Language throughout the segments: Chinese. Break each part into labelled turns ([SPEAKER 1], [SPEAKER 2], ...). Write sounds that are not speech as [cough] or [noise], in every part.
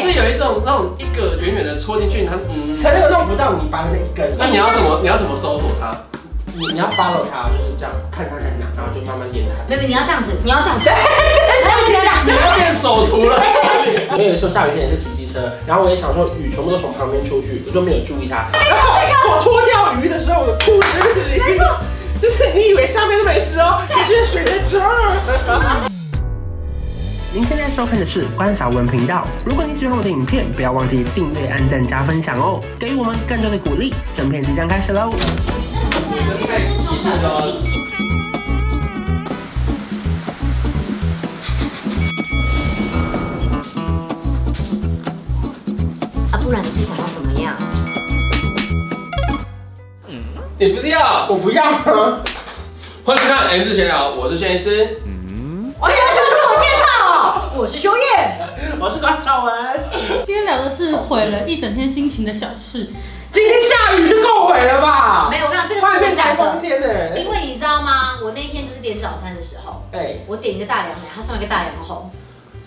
[SPEAKER 1] 种那种一个远远的戳进去，它嗯，
[SPEAKER 2] 可那个弄不到你拔的那一根，
[SPEAKER 1] 那你要怎么你要怎么搜索它？
[SPEAKER 2] 你你要 follow 它，就是这样看它在哪，然后就慢啊慢沿着它。
[SPEAKER 3] 妹妹，你要这样子，你要这样子，然后你要这样
[SPEAKER 1] 你要变手徒了。
[SPEAKER 2] 我有一次下雨天也是骑机车，然后我也想说雨全部都从旁边出去，我就没有注意它。然后我脱掉鱼的时候，我的裤子就是淋到，就是你以为上面都没湿哦，可是水在这儿。您现在收看的是关少文频道。如果你喜欢我的影片，不要忘记订阅、按赞、加分享哦，给予我们更多的鼓励。整片即将开始喽！
[SPEAKER 3] 啊，不然你是想要怎么样？
[SPEAKER 1] 你不是要？
[SPEAKER 2] 我不要吗？
[SPEAKER 1] 欢迎收看 M 字闲聊，我是轩医师。
[SPEAKER 3] 我想要做自我介绍哦，我是修叶。
[SPEAKER 2] 我是关少文。
[SPEAKER 4] 今天聊的是毁了一整天心情的小事。
[SPEAKER 2] 今天下雨就够毁了吧？
[SPEAKER 3] 没有，我跟你讲，这个
[SPEAKER 2] 外
[SPEAKER 3] 是我
[SPEAKER 2] 面台
[SPEAKER 3] 想
[SPEAKER 2] 风
[SPEAKER 3] 的，
[SPEAKER 2] 天呢。
[SPEAKER 3] 因为你知道吗？我那天就是点早餐的时候，
[SPEAKER 2] 哎，
[SPEAKER 3] 我点一个大凉面，他送一个大凉红，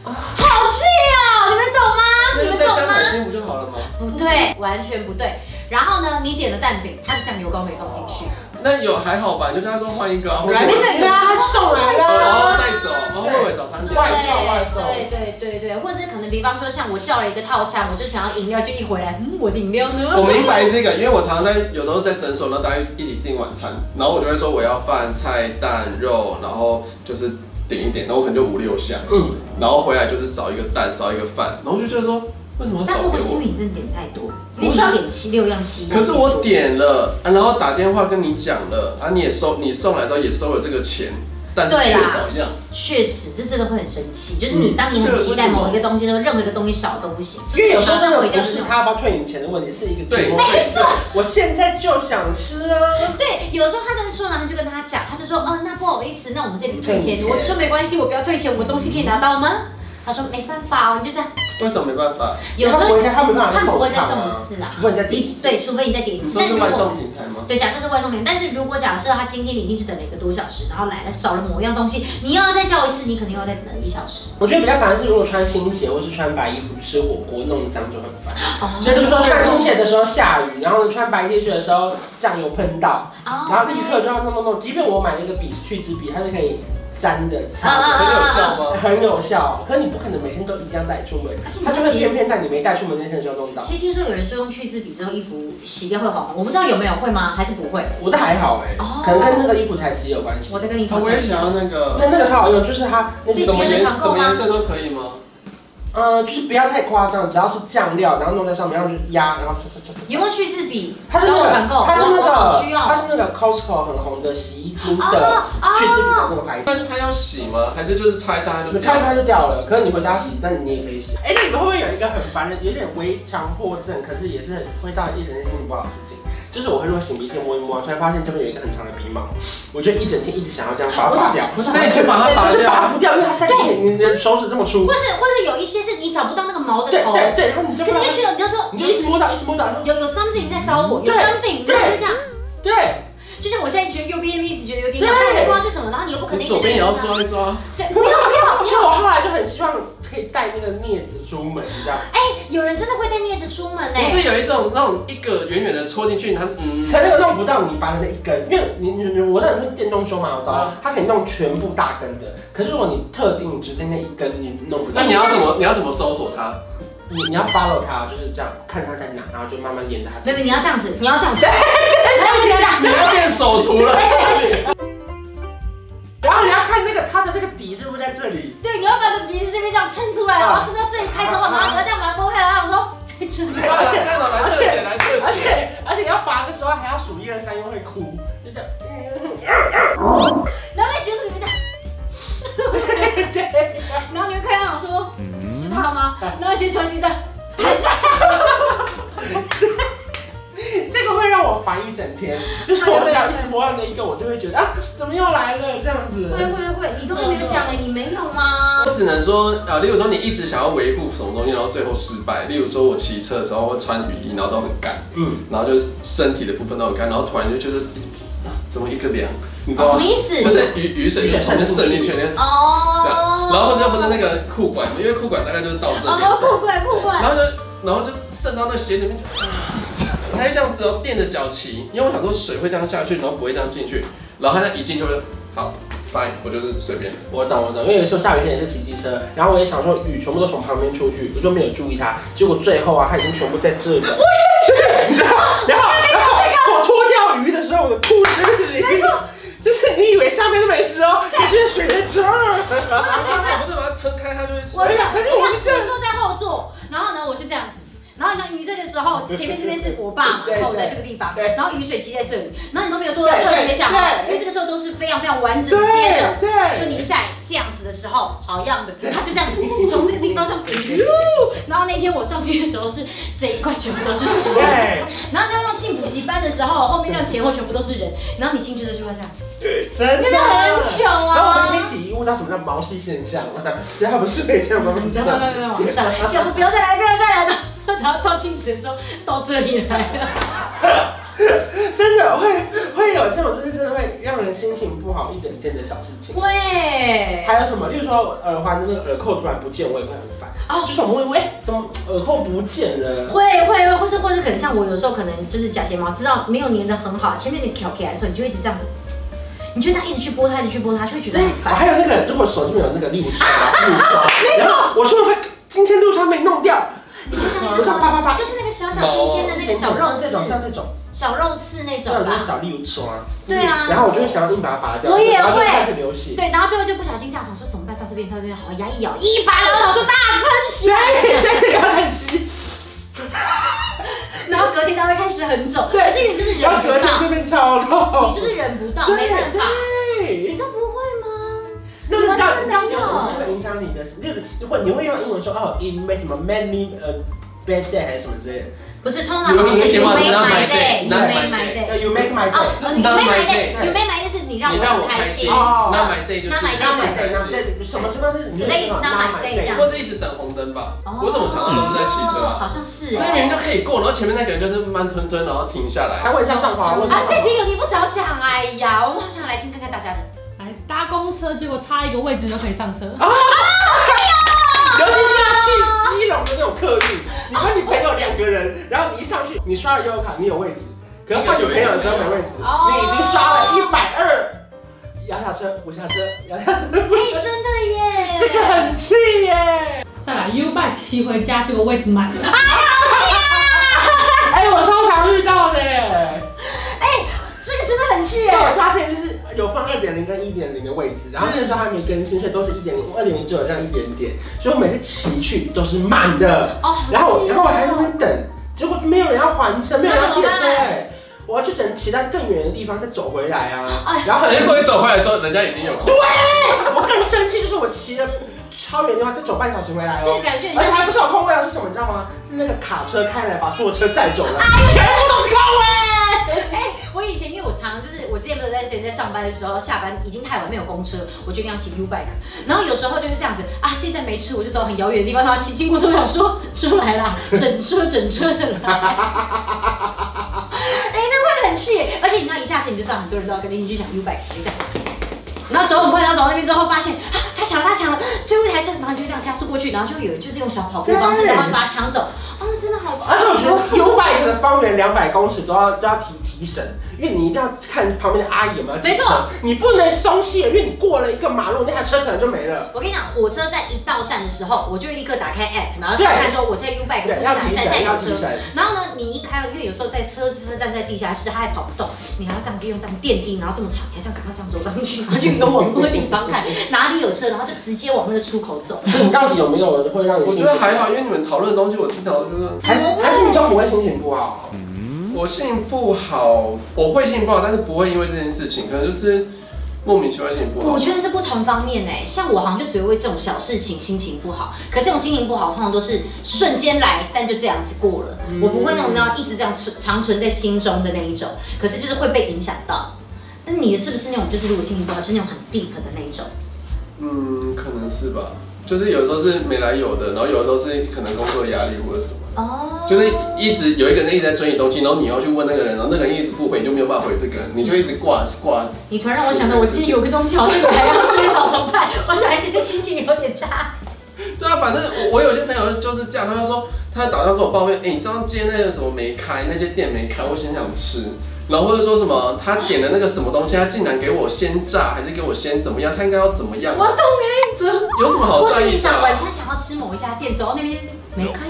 [SPEAKER 3] 好气哦，你们懂吗？
[SPEAKER 1] 那
[SPEAKER 3] 你
[SPEAKER 1] 就
[SPEAKER 3] 们
[SPEAKER 1] 再
[SPEAKER 3] 懂
[SPEAKER 1] 加
[SPEAKER 3] 吗
[SPEAKER 1] 奶？精不就好了吗？
[SPEAKER 3] 不对，完全不对。然后呢，你点了蛋饼，它的酱油膏没放进去，
[SPEAKER 1] 那有还好吧？你就跟他说换一个啊，或者
[SPEAKER 3] 哎
[SPEAKER 2] 来
[SPEAKER 1] 哦
[SPEAKER 2] 不及啦，他送来
[SPEAKER 1] 然后
[SPEAKER 3] 啊
[SPEAKER 2] 了。
[SPEAKER 1] 带走，然后会会早餐
[SPEAKER 3] 对
[SPEAKER 1] 店。
[SPEAKER 2] 送外送
[SPEAKER 3] 对对对对，或者是可能比方说像我叫了一个套餐，我就想要饮料，就一回来，嗯，我的饮料
[SPEAKER 1] [laughs]
[SPEAKER 3] 呢？
[SPEAKER 1] 我明白这个，因为我常常在有时候在诊所那大家一起订晚餐，然后我就会说我要饭菜蛋肉，然后就是点一点，然后我可能就五六项，
[SPEAKER 2] 嗯，
[SPEAKER 1] 然后回来就是少一个蛋少一个饭，然后我就觉得说为什么要
[SPEAKER 3] 但
[SPEAKER 1] 少
[SPEAKER 3] 会不会
[SPEAKER 1] 给
[SPEAKER 3] 是因
[SPEAKER 1] 我？
[SPEAKER 3] 为你真的点太多？因为你点七六样七样。
[SPEAKER 1] 可是我点了、啊，然后打电话跟你讲了啊，你也收你送来之后也收了这个钱，但是
[SPEAKER 3] 对
[SPEAKER 1] 却
[SPEAKER 3] 啦
[SPEAKER 1] 少一样。
[SPEAKER 3] 确实，这真的会很生气。就是你当你很期待某一个东西的时候，任何一个东西少都不行，
[SPEAKER 2] 因为有时候真的
[SPEAKER 3] 毁掉
[SPEAKER 2] 不
[SPEAKER 3] 是
[SPEAKER 2] 是
[SPEAKER 3] 吗
[SPEAKER 2] 他要不要退你钱的问题，是一个
[SPEAKER 1] 对
[SPEAKER 2] 主动
[SPEAKER 3] 没错，
[SPEAKER 2] 我现在就想吃啊。
[SPEAKER 3] 对，有时候他真的说，然后就跟他讲，他就说，哦，那不好意思，那我们这里退
[SPEAKER 2] 退
[SPEAKER 3] 钱
[SPEAKER 2] 钱。
[SPEAKER 3] 我就说没关系，我不要退钱，我东西可以拿到吗？他说没办法哦，你就这样。
[SPEAKER 1] 为什么没办法？
[SPEAKER 3] 有时
[SPEAKER 2] 他
[SPEAKER 3] 候
[SPEAKER 2] 回家他没办法
[SPEAKER 3] 他
[SPEAKER 2] 再
[SPEAKER 3] 们
[SPEAKER 2] 送
[SPEAKER 3] 不会再
[SPEAKER 2] 他
[SPEAKER 3] 送一
[SPEAKER 2] 啊。
[SPEAKER 3] 次啦
[SPEAKER 2] 如，果你再点一
[SPEAKER 3] 你
[SPEAKER 2] 次，
[SPEAKER 3] 对，除非你再点一
[SPEAKER 1] 你
[SPEAKER 3] 次。
[SPEAKER 1] 说
[SPEAKER 3] 但
[SPEAKER 1] 是
[SPEAKER 3] 如
[SPEAKER 1] 外
[SPEAKER 3] 果
[SPEAKER 1] 送平台吗？
[SPEAKER 3] 对，假设是外送员，但是如果假设他今天已经是等了一个多小时，然后来了少了某一样东西，你又要再叫一次，你可能又要再等一小时。
[SPEAKER 2] 我觉得比较烦的是，如果穿新鞋或是穿白衣服吃火锅，弄脏就很烦。
[SPEAKER 3] 哦
[SPEAKER 2] 所以就是说，穿新鞋的时候下雨，然后穿白 T 恤的时候酱油喷到，
[SPEAKER 3] 哦
[SPEAKER 2] 然后立刻就要弄弄弄。即便我买了一个笔去脂笔，它是可以粘的，
[SPEAKER 3] 啊
[SPEAKER 2] 擦
[SPEAKER 1] 很有效吗？
[SPEAKER 2] 很有效。可是你不可能每天都一样带出门，它就会偏偏在你没带出门那天的时候弄到。
[SPEAKER 3] 其实听说有人说用去渍笔之后衣服洗掉会黄，我不知道有没有会吗？还是不会？
[SPEAKER 2] 我的还好哎、
[SPEAKER 3] 哦
[SPEAKER 2] 可能跟那个衣服材质有关系。
[SPEAKER 3] 我在跟你
[SPEAKER 1] 啊
[SPEAKER 3] 讨
[SPEAKER 1] 我
[SPEAKER 3] 论
[SPEAKER 1] 也
[SPEAKER 3] 一
[SPEAKER 1] 想
[SPEAKER 3] 下。
[SPEAKER 1] 要那个
[SPEAKER 2] 那那个超好用，就是它那
[SPEAKER 3] 这
[SPEAKER 2] 个
[SPEAKER 1] 什么
[SPEAKER 3] 些
[SPEAKER 1] 颜
[SPEAKER 3] 是团
[SPEAKER 1] 什
[SPEAKER 3] 购啊
[SPEAKER 1] 么
[SPEAKER 3] 吗
[SPEAKER 1] 颜色都可以吗？
[SPEAKER 2] 呃，就是不要太夸张，只要是酱料，然后弄在上面，然后就压，然后擦擦擦擦。
[SPEAKER 3] 有没有去渍笔？
[SPEAKER 2] 它是那
[SPEAKER 3] 找我
[SPEAKER 2] 个
[SPEAKER 3] 团购，，
[SPEAKER 2] 它是那
[SPEAKER 3] 我好需
[SPEAKER 2] 个，它
[SPEAKER 3] 要。
[SPEAKER 2] 是那个 Costco 很红的洗衣精的
[SPEAKER 3] 哦哦
[SPEAKER 2] 去脂笔的那个牌子，
[SPEAKER 1] 但它要洗吗？还是就是擦一擦它就
[SPEAKER 2] 你
[SPEAKER 1] 掉
[SPEAKER 2] 擦一
[SPEAKER 1] 了？
[SPEAKER 2] 擦就掉了。可是你回家洗，那你也可以洗。哎，那你们会不会有一个很烦的，有点微强迫症，可是也是很会到一整天心情不好的事情？就是我会说擤鼻涕摸一摸，突然发现这边有一个很长的鼻毛，我就一整天一直想要这样把它拔掉。
[SPEAKER 3] 我懂。
[SPEAKER 1] 那你就把它拔
[SPEAKER 2] 不哎是
[SPEAKER 1] 掉
[SPEAKER 2] 拔
[SPEAKER 1] 啊。
[SPEAKER 2] 不掉，因为它在你你的手指这么粗
[SPEAKER 3] 或。是或者有一些是你找不到那个毛的
[SPEAKER 2] 对
[SPEAKER 3] 头，
[SPEAKER 2] 对对，然后你就
[SPEAKER 3] 可
[SPEAKER 2] 把
[SPEAKER 3] 你
[SPEAKER 2] 它
[SPEAKER 3] 就觉得你就说
[SPEAKER 2] 你就一直摸到，一直摸到，然后
[SPEAKER 3] 有有 something 在烧我，有
[SPEAKER 2] 对
[SPEAKER 3] something，
[SPEAKER 2] 对
[SPEAKER 3] 然后就这样。
[SPEAKER 2] 对，
[SPEAKER 3] 就像我现在觉得右边一直觉得右边痒，
[SPEAKER 2] 对
[SPEAKER 3] 但我不知道是什么，然后你又不可能
[SPEAKER 1] 你
[SPEAKER 3] 一
[SPEAKER 1] 左
[SPEAKER 3] 直
[SPEAKER 1] 边也
[SPEAKER 3] 觉
[SPEAKER 1] 要
[SPEAKER 3] 得它
[SPEAKER 1] 抓一抓，
[SPEAKER 3] 对，不要不要不
[SPEAKER 2] 所以
[SPEAKER 3] 要。
[SPEAKER 2] 我后来就很希望可以带那个镊子出门，你知道吗？
[SPEAKER 3] 哎，有人真的会带镊子出门呢欸
[SPEAKER 1] 不。是有一种那种一个远远的戳进去，它嗯，
[SPEAKER 2] 可那个弄不到你拔的那一根，因为你你你我那种电动修毛刀
[SPEAKER 1] 啊，
[SPEAKER 2] 它可以弄全部大根的，可是如果你特定指定那一根你弄不到
[SPEAKER 1] 那，你要怎么你要怎么搜索
[SPEAKER 3] [laughs]
[SPEAKER 1] 它？
[SPEAKER 2] 你你要 follow 它，就是这样看它在哪，然后就慢慢沿着它走。
[SPEAKER 3] 妹妹，你要这样子，你要这样，然后你要这样。
[SPEAKER 1] 你要变手徒
[SPEAKER 3] [laughs]
[SPEAKER 1] 了。
[SPEAKER 2] 然后你要看那个它的那个底是不是在这里，
[SPEAKER 3] 对，你要把你的鼻子这边这样撑出来，然后撑到最开之后，然后再把它拨开，然后我说 [laughs] 在这里。
[SPEAKER 1] 来看到来这些来这
[SPEAKER 2] 而
[SPEAKER 1] 些，
[SPEAKER 2] 且而且要拔的时候还要数一二三，又会哭，就这样。 [laughs]
[SPEAKER 3] 然后在酒水里面这样，然后你会看到我说是他吗？然后就传进来，
[SPEAKER 2] 这个会让我烦一整天，就是我只要一直摸到那一个，我就会觉得啊，怎么又来了这样子。
[SPEAKER 3] 会会会，你都没有讲哎，你没有
[SPEAKER 2] 哦
[SPEAKER 3] 吗？
[SPEAKER 1] 我只能说啊，例如说你一直想要维护什么东西，然后最后失败。例如说我骑车的时候会穿雨衣，然后都很干，
[SPEAKER 2] 嗯，
[SPEAKER 1] 然后就是身体的部分都很干，然后突然就觉得啊怎么一个凉，你知
[SPEAKER 3] 什
[SPEAKER 1] 道
[SPEAKER 3] 么
[SPEAKER 1] 吗？
[SPEAKER 3] 意思？
[SPEAKER 1] 就是雨雨水就从那渗进去，
[SPEAKER 3] 哦
[SPEAKER 2] 啊
[SPEAKER 1] 然后这不是那个裤管，因为裤管大概就是到这
[SPEAKER 3] 哦，
[SPEAKER 1] 边，
[SPEAKER 3] 酷怪酷怪，
[SPEAKER 1] 然后就然后就渗到那鞋里面就，我还这样子哦，垫着脚骑，因为我想说水会这样下去，然后不会这样进去，然后他那一进就会好，fine，我就是随便。
[SPEAKER 2] 我懂我懂，因为有时候下雨天也是骑机车，然后我也想说雨全部都从旁边出去，我就没有注意它，结果最后啊，它已经全部在这里。我也是，你知道？然后然后我脱掉鱼的时候，我的裤子就是没错，就是你以为下面都没湿 [laughs] 哦，可是水在这儿。
[SPEAKER 1] 我不是把它撑开，它就会
[SPEAKER 3] 我
[SPEAKER 1] 湿。
[SPEAKER 3] 的，
[SPEAKER 2] 可
[SPEAKER 3] 可
[SPEAKER 2] 是
[SPEAKER 3] 是
[SPEAKER 2] 哎我
[SPEAKER 3] 我
[SPEAKER 2] 是这样
[SPEAKER 3] 坐在后座，然后呢，我就这样子。然后呢，鱼这个时
[SPEAKER 2] [laughs]
[SPEAKER 3] 候，前面这边是我爸嘛，
[SPEAKER 2] 对
[SPEAKER 3] 然后我在这个地方，
[SPEAKER 2] 对对
[SPEAKER 3] 然后雨水积在这里，然后你都没有做到特别的想
[SPEAKER 2] 对，
[SPEAKER 3] 因
[SPEAKER 2] 对
[SPEAKER 3] 为这个时候都是非常非常完整
[SPEAKER 2] 对
[SPEAKER 3] 的接手。就
[SPEAKER 2] 对，
[SPEAKER 3] 你下来这样子的时候，好样的，他就这样子从这个地方上，呦然后那天我上去的时候是这一块全部都是水，
[SPEAKER 2] 对
[SPEAKER 3] 然后他要进补习班的时候，后面那前后全部都是人，然后你进去的就会这样，
[SPEAKER 2] 对，真
[SPEAKER 3] 真的很糗
[SPEAKER 2] 然后我那
[SPEAKER 3] 啊
[SPEAKER 2] 天。起疑问到什么叫毛细现象啊，然后不是被这样慢慢
[SPEAKER 3] 不要不要不要往上，想说不要再来，不要再来了。然后照镜子的时候，到这里来了。
[SPEAKER 2] 真的会会有这种，就是真的会让人心情不好一整天的小事情。
[SPEAKER 3] 喂，
[SPEAKER 2] 还有什么？例如说耳环的那个耳扣突然不见，我也会很烦。
[SPEAKER 3] 哦
[SPEAKER 2] 就是我们会问，哎、怎么耳扣不见了？
[SPEAKER 3] 会会会，或是或者可能像我有时候可能就是假睫毛，知道没有粘的很好，前面你挑起来的时候，你就一直这样子，你就这样一直去拨它，一直去拨它，就会觉得很
[SPEAKER 2] 哦
[SPEAKER 3] 烦。
[SPEAKER 2] 还有那个，如果手机没有那个六刷，
[SPEAKER 3] [laughs]
[SPEAKER 2] 六刷，没错，我说会今天六刷没弄掉，
[SPEAKER 3] 你就这样一
[SPEAKER 2] 就
[SPEAKER 3] 直
[SPEAKER 2] 这样啪啪啪
[SPEAKER 3] 拨，就是那个小小尖尖的那个小肉
[SPEAKER 2] 这
[SPEAKER 3] 刺，
[SPEAKER 2] 种像这种，
[SPEAKER 3] 小肉刺那
[SPEAKER 2] 像
[SPEAKER 3] 种
[SPEAKER 2] 这种
[SPEAKER 3] 吧。
[SPEAKER 2] 小六刷，
[SPEAKER 3] 对啊
[SPEAKER 2] 然后我就会想要硬把它拔掉，
[SPEAKER 3] 我也
[SPEAKER 2] 然后就
[SPEAKER 3] 会
[SPEAKER 2] 开始流血。
[SPEAKER 3] 对，然后最后就不小心这样想说怎么办，到这边到这边好压抑哦，一把然后想说大喷血，
[SPEAKER 2] 对，然后开始吸，
[SPEAKER 3] 然后隔天它会开始很肿，
[SPEAKER 2] 对
[SPEAKER 3] 可是你就是忍
[SPEAKER 2] 然后
[SPEAKER 3] 不
[SPEAKER 2] 隔天
[SPEAKER 3] 到，
[SPEAKER 2] 这边超痛
[SPEAKER 3] 你，就是忍不到，
[SPEAKER 2] 对
[SPEAKER 3] 没办法。
[SPEAKER 2] 对
[SPEAKER 3] 你都不会吗？
[SPEAKER 2] 那你到
[SPEAKER 3] 你完全没
[SPEAKER 2] 底有
[SPEAKER 3] 有
[SPEAKER 2] 什么是会影响你的？就是如果你会用英文说哦，it made 什么 made me a bad day 还是什么之类的
[SPEAKER 3] 不是，通常都是 you
[SPEAKER 1] Not
[SPEAKER 3] make my
[SPEAKER 1] my
[SPEAKER 3] day，you
[SPEAKER 1] day, not
[SPEAKER 3] make
[SPEAKER 1] my
[SPEAKER 3] my
[SPEAKER 1] day
[SPEAKER 3] day。
[SPEAKER 2] ，you make my
[SPEAKER 3] 哦
[SPEAKER 2] day。，
[SPEAKER 3] 你 make
[SPEAKER 1] Not my
[SPEAKER 3] my
[SPEAKER 1] day
[SPEAKER 3] day，you make my day 是你让
[SPEAKER 1] 你让我
[SPEAKER 3] 我
[SPEAKER 1] 开
[SPEAKER 3] 开
[SPEAKER 1] 心，
[SPEAKER 3] 心。
[SPEAKER 2] 哦
[SPEAKER 1] 那买 day 就
[SPEAKER 3] 那买
[SPEAKER 1] 是
[SPEAKER 3] day
[SPEAKER 2] 那买
[SPEAKER 1] 对
[SPEAKER 2] 对，那对，什么情况是你
[SPEAKER 3] Today is not my day，这样
[SPEAKER 1] 或是一直等红灯吧。我怎么想到都是在骑车
[SPEAKER 3] 哦好
[SPEAKER 1] 啊？
[SPEAKER 3] 像是
[SPEAKER 1] 那明
[SPEAKER 3] 哎。
[SPEAKER 1] 明就可以过，然后前面那个人就是慢吞吞，然后停下来
[SPEAKER 2] 还。问一下上滑，问一
[SPEAKER 3] 啊，
[SPEAKER 2] 下上
[SPEAKER 3] 这
[SPEAKER 2] 滑。
[SPEAKER 3] 集有你不早讲，哎呀，我们好想来听看看大家的。
[SPEAKER 4] 来搭公车，结果差一个位置就可以上车。
[SPEAKER 2] 啊尤其是要去基隆的那种客运，你跟你朋友两个人，然后你一上去，你刷了悠游卡，你有位置，可是换你朋友的时候没位置，
[SPEAKER 3] 哦
[SPEAKER 2] 你已经刷了一百二，摇下车，不下车，摇下车，不下
[SPEAKER 3] 哎，
[SPEAKER 2] 车，
[SPEAKER 3] 真的耶。
[SPEAKER 2] [laughs] 这个很气耶。
[SPEAKER 4] 再来 U bike 骑回家，结果位置满了。
[SPEAKER 2] 哎、我超常遇到的耶。
[SPEAKER 3] 这个真的很气
[SPEAKER 2] 但我
[SPEAKER 3] 耶。
[SPEAKER 2] 发现就是有分二点零跟一点零的位置，然后那个时候还没更新，所以都是一点零，二点零只有这样一点点，所以我每次骑去都是满的，
[SPEAKER 3] 哦，好气哦
[SPEAKER 2] 然后我然后我还在那边等，结果没有人要还车，没有人要借车哎，我要去只能骑到更远的地方再走回来啊
[SPEAKER 3] 哎，
[SPEAKER 2] 然后
[SPEAKER 1] 结果一走回来之后，人家已经有空。
[SPEAKER 2] 我更生气就是我骑了超远的地方再走半小时回来
[SPEAKER 3] 这个
[SPEAKER 2] 哦。
[SPEAKER 3] 感觉很
[SPEAKER 2] 而且
[SPEAKER 3] 像
[SPEAKER 2] 还不是有空位啊，是什么你知道吗？是那个卡车开来把所有车载走了，全部都是空位。
[SPEAKER 3] 哎，我以前因为我常就是我之前不是有段时间在上班的时候，下班已经太晚没有公车，我就一定要骑 U bike。然后有时候就是这样子啊，现在没吃，我就走很遥远的地方，然后骑经过之后想说出来啦，整车整车的
[SPEAKER 2] [laughs]
[SPEAKER 3] 来。哎，那会很气，而且你知道一下车你就知道很多人都要跟你一起去抢 U bike，就这样。然后走很快，然后走到那边之后，发现啊，他抢了，他抢了，最后一台车，然后你就这样加速过去，然后就有人就是用小跑步的方式，
[SPEAKER 2] 对
[SPEAKER 3] 然后把它抢走。哦，真的好气。
[SPEAKER 2] 而且我觉得 U bike 的方圆两百公尺都要都要提提神，因为你一定要看旁边的阿姨有没有停车
[SPEAKER 3] 没错，
[SPEAKER 2] 你不能松懈，因为你过了一个马路，那台车可能就没了。
[SPEAKER 3] 我跟你讲，火车站一到站的时候，我就会立刻打开 app，然后
[SPEAKER 2] 对
[SPEAKER 3] 看看说我在 U bike 附
[SPEAKER 2] 对，
[SPEAKER 3] 近
[SPEAKER 2] 要
[SPEAKER 3] 哪
[SPEAKER 2] 提
[SPEAKER 3] 一站现在
[SPEAKER 2] 神，要
[SPEAKER 3] 有
[SPEAKER 2] 提
[SPEAKER 3] 车。
[SPEAKER 2] 神。
[SPEAKER 3] 然后呢，你一开，因为有时候在车车站在地下室，它还跑不动，你还要这样子用这样电梯，然后这么长，你还这样赶快这样走上去，然后就没有往那个地方
[SPEAKER 2] [laughs]
[SPEAKER 3] 看，哪里有车，然后就直接往那个出口走。
[SPEAKER 2] 所以你到底有没有会让你？
[SPEAKER 1] 我觉得还好，，因为你们讨论的东西我听到就是，
[SPEAKER 2] 还是还是你都不会心情不好。
[SPEAKER 1] 我性不好，我会性不好，但是不会因为这件事情，可能就是莫名其妙性不好
[SPEAKER 3] 我。觉得是不同方面哎，像我好像就只会为这种小事情心情不好，可这种心情不好通常都是瞬间来，但就这样子过了，我不会那种要一直这样存长存在心中的那一种，可是就是会被影响到。那你是不是那种就是如果心情不好，就是那种很 deep 的那一种？
[SPEAKER 1] 嗯，可能是吧，就是有时候是没来由的，然后有时候是可能工作压力或者什么。
[SPEAKER 3] 哦，
[SPEAKER 1] 就是一直有一个人一直在追你东西，然后你要去问那个人，然后那个人一直不回，你就没有办法回这个人，你就一直挂挂。
[SPEAKER 3] 你突然让我想到，我今天有个东西好像还要追讨，怎么办？我突然觉得心情有点差。
[SPEAKER 1] 对啊，反正我我有些朋友就是这样，他就说他打电话跟我抱怨，哎、你知道今天那个什么没开，那间店没开，我很想吃。然后或者说什么，他点的那个什么东西，他竟然给我先炸，还是给我先怎么样？他应该要怎么样？
[SPEAKER 3] 我懂哎，
[SPEAKER 1] 这有什么好
[SPEAKER 3] 或是
[SPEAKER 1] 在意
[SPEAKER 3] 你
[SPEAKER 1] 的
[SPEAKER 3] 想晚
[SPEAKER 1] 啊？
[SPEAKER 3] 上想要吃某一家店，走到那边没开，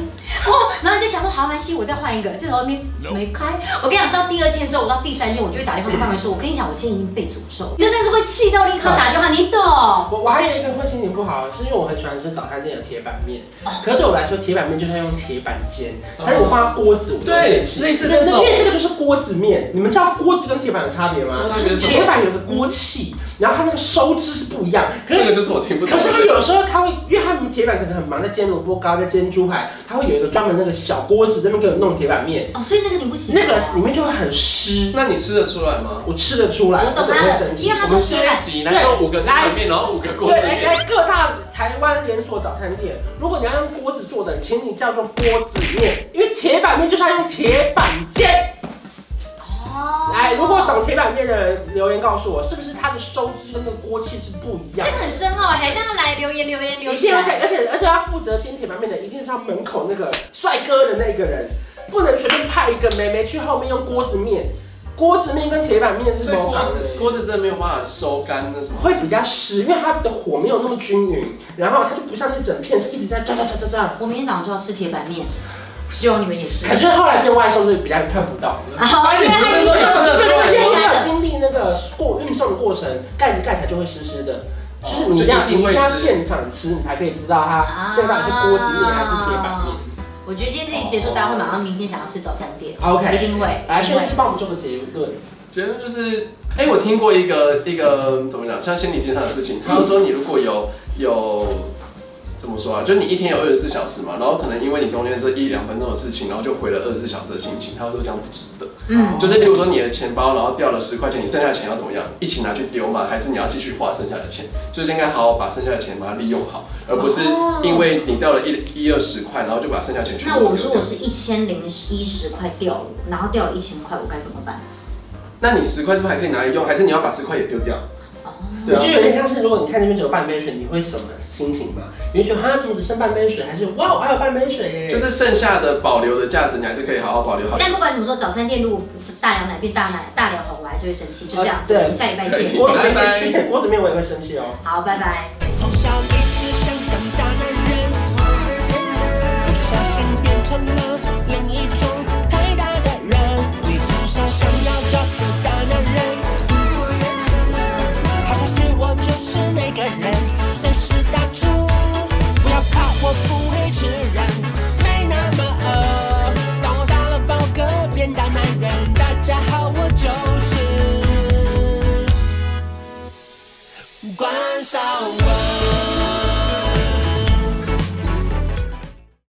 [SPEAKER 3] 哦，然后你就想说好没关系，我再换一个，再走到那边没开。我跟你讲，到第二天的时候，我到第三天，我就会打电话给范伟说，我跟你讲，我今天已经被诅咒，你真的是会气到立刻打电话，你懂？哦
[SPEAKER 2] 我我还有一个会心情不好，是因为我很喜欢吃早餐店的铁板面，可是对我来说，铁板面就是要用铁板煎，但是我放到锅子，我就会
[SPEAKER 1] 对
[SPEAKER 2] 生，气。
[SPEAKER 1] 类似
[SPEAKER 2] 那
[SPEAKER 1] 这
[SPEAKER 2] 那
[SPEAKER 1] 种
[SPEAKER 2] 因，为这个就是锅子面，你们知道锅子跟铁板的差别吗？
[SPEAKER 1] 差别是什么
[SPEAKER 2] 铁板有个锅气，然后它那个收汁是不一样，可
[SPEAKER 1] 这
[SPEAKER 2] 是
[SPEAKER 1] 个就是我听不懂
[SPEAKER 2] 可。是它有时候它会，因为他们铁板可能很忙，在煎萝卜糕，在煎猪排，它会有一个专门那个小锅子在那边给我弄铁板面，
[SPEAKER 3] 哦，所以那个你不行，
[SPEAKER 2] 那个里面就会很湿，
[SPEAKER 1] 那你吃得出来吗？
[SPEAKER 2] 我吃得出来，
[SPEAKER 3] 我懂
[SPEAKER 2] 但是
[SPEAKER 3] 他
[SPEAKER 2] 我会
[SPEAKER 3] 的
[SPEAKER 2] 生，气
[SPEAKER 3] 因为。他
[SPEAKER 1] 我
[SPEAKER 3] 说
[SPEAKER 1] 们
[SPEAKER 3] 现
[SPEAKER 1] 下
[SPEAKER 3] 在
[SPEAKER 1] 一集来用五个锅子面，然后五个锅
[SPEAKER 2] 对，
[SPEAKER 1] 子
[SPEAKER 2] 来
[SPEAKER 1] 面。
[SPEAKER 2] 来各大台湾连锁早餐店，如果你要用锅子做的，请你叫做锅子面，因为铁板面就是要用铁板煎。
[SPEAKER 3] 哦
[SPEAKER 2] 来，哎如果懂铁板面的人留言告诉我，是不是它的收汁跟那个锅气是不一
[SPEAKER 3] 这
[SPEAKER 2] 样
[SPEAKER 3] 个？很深奥，还让来留言留言留
[SPEAKER 2] 一定
[SPEAKER 3] 言
[SPEAKER 2] 要，讲，而且而且要负责煎铁板面的，一定是要门口那个帅哥的那个人，不能随便派一个妹妹去后面用锅子面。锅子面跟铁板面是
[SPEAKER 1] 所以
[SPEAKER 2] 同
[SPEAKER 1] 锅
[SPEAKER 2] 档
[SPEAKER 1] 子
[SPEAKER 2] 的。
[SPEAKER 1] 锅子真的没有办法收干那什么。
[SPEAKER 2] 会比较湿，因为它的火没有那么均匀，然后它就不像那整片是一直在炸炸炸炸炸。
[SPEAKER 3] 我明天早上就要吃铁板面，希望你们也是
[SPEAKER 2] 可。是后来变外送，所以比较看不到。
[SPEAKER 3] 啊， [laughs] 好，因为他已经
[SPEAKER 1] 哎你不是说你吃了
[SPEAKER 2] 对
[SPEAKER 1] 之后
[SPEAKER 2] 对，因为
[SPEAKER 1] 你
[SPEAKER 2] 没
[SPEAKER 1] 说
[SPEAKER 2] 有经历那个过运送的过程，盖子盖起来就会湿湿的。
[SPEAKER 1] 哦
[SPEAKER 2] 就是你一定
[SPEAKER 1] 就
[SPEAKER 2] 要你
[SPEAKER 1] 一
[SPEAKER 2] 一
[SPEAKER 1] 定会
[SPEAKER 2] 定要
[SPEAKER 1] 湿
[SPEAKER 2] 现场吃，你才可以知道它这个到底是锅子面还是铁板面。
[SPEAKER 3] 我觉得今天这一结
[SPEAKER 1] 哦
[SPEAKER 3] 束，大家会马上明天想要吃早餐店
[SPEAKER 2] OK
[SPEAKER 3] 一定会，
[SPEAKER 2] 来，
[SPEAKER 3] 一定
[SPEAKER 2] 薛
[SPEAKER 3] 会
[SPEAKER 2] 师帮我们做个结论。
[SPEAKER 1] 结论就是，哎、我听过一个一个怎么讲，像心理健康的事情，他就说你如果有有怎么说啊，就你一天有二十四小时嘛，然后可能因为你中间这一两分钟的事情，然后就毁了二十四小时的心情，他说这样不值得。
[SPEAKER 3] 嗯，
[SPEAKER 1] 就是例如说你的钱包，然后掉了十块钱，你剩下的钱要怎么样？一起拿去丢吗？还是你要继续花剩下的钱？就是应该好好把剩下的钱把它利用好，而不是因为你掉了一一二十块，然后就把剩下的钱全
[SPEAKER 3] 那
[SPEAKER 1] 部
[SPEAKER 3] 我
[SPEAKER 1] 丢
[SPEAKER 3] 说
[SPEAKER 1] 掉
[SPEAKER 3] 我。是一千零一十块掉了，然后掉了一千块，我该怎么办？
[SPEAKER 1] 那你十块是不是还可以拿来用？还是你要把十块也丢掉？
[SPEAKER 3] 哦，
[SPEAKER 1] 对
[SPEAKER 2] 就
[SPEAKER 1] 啊，
[SPEAKER 2] 有点像是，如果你看那边只有半杯水，你会什么心情吗？你会觉得哈，怎么只剩半杯水？还是哇，我还有半杯水耶？啊
[SPEAKER 1] 就是剩下的保留的价值，你还是可以好好保留好。
[SPEAKER 3] 但不管怎么说，早餐店如果大凉奶变大奶大凉红，我还是会生气，就这样子，
[SPEAKER 2] 啊
[SPEAKER 3] 我
[SPEAKER 2] 对
[SPEAKER 3] 们下礼拜见。
[SPEAKER 2] 锅子
[SPEAKER 1] 拜拜
[SPEAKER 2] 面，锅子面我也会生气哦。
[SPEAKER 3] 好，拜拜。
[SPEAKER 5] 从小一直想当大男人，不小心变成了另一种太大的人。你至少想要找个大男人，好消息我就是那个人，随时打住，不要怕，我不会吃人，没那么饿。当我打了饱嗝变大男人，大家好，我就是关少文。